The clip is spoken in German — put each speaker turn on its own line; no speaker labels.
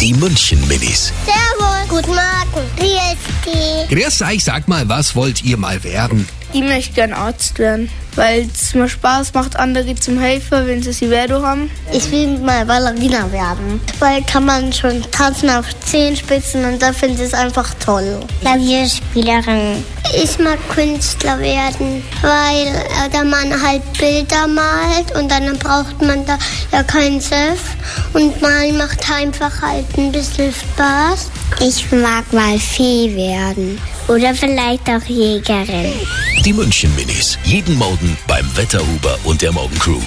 Die München-Minis.
Servus. Guten Morgen. Wie ist die?
Grüß euch, sag mal, was wollt ihr mal werden?
Ich möchte gern Arzt werden, weil es mir Spaß macht, andere zum Helfer, wenn sie sie Werdo haben.
Ich will mal Ballerina werden. Weil kann man schon tanzen auf Zehenspitzen und da finde ich es einfach toll. Klavierspielerin. Ich mag Künstler werden, weil äh, da man halt Bilder malt und dann braucht man da ja keinen Chef und malen macht einfach halt ein bisschen Spaß. Ich mag mal Fee werden oder vielleicht auch Jägerin.
Die München-Minis. Jeden Morgen beim Wetterhuber und der Morgencrew.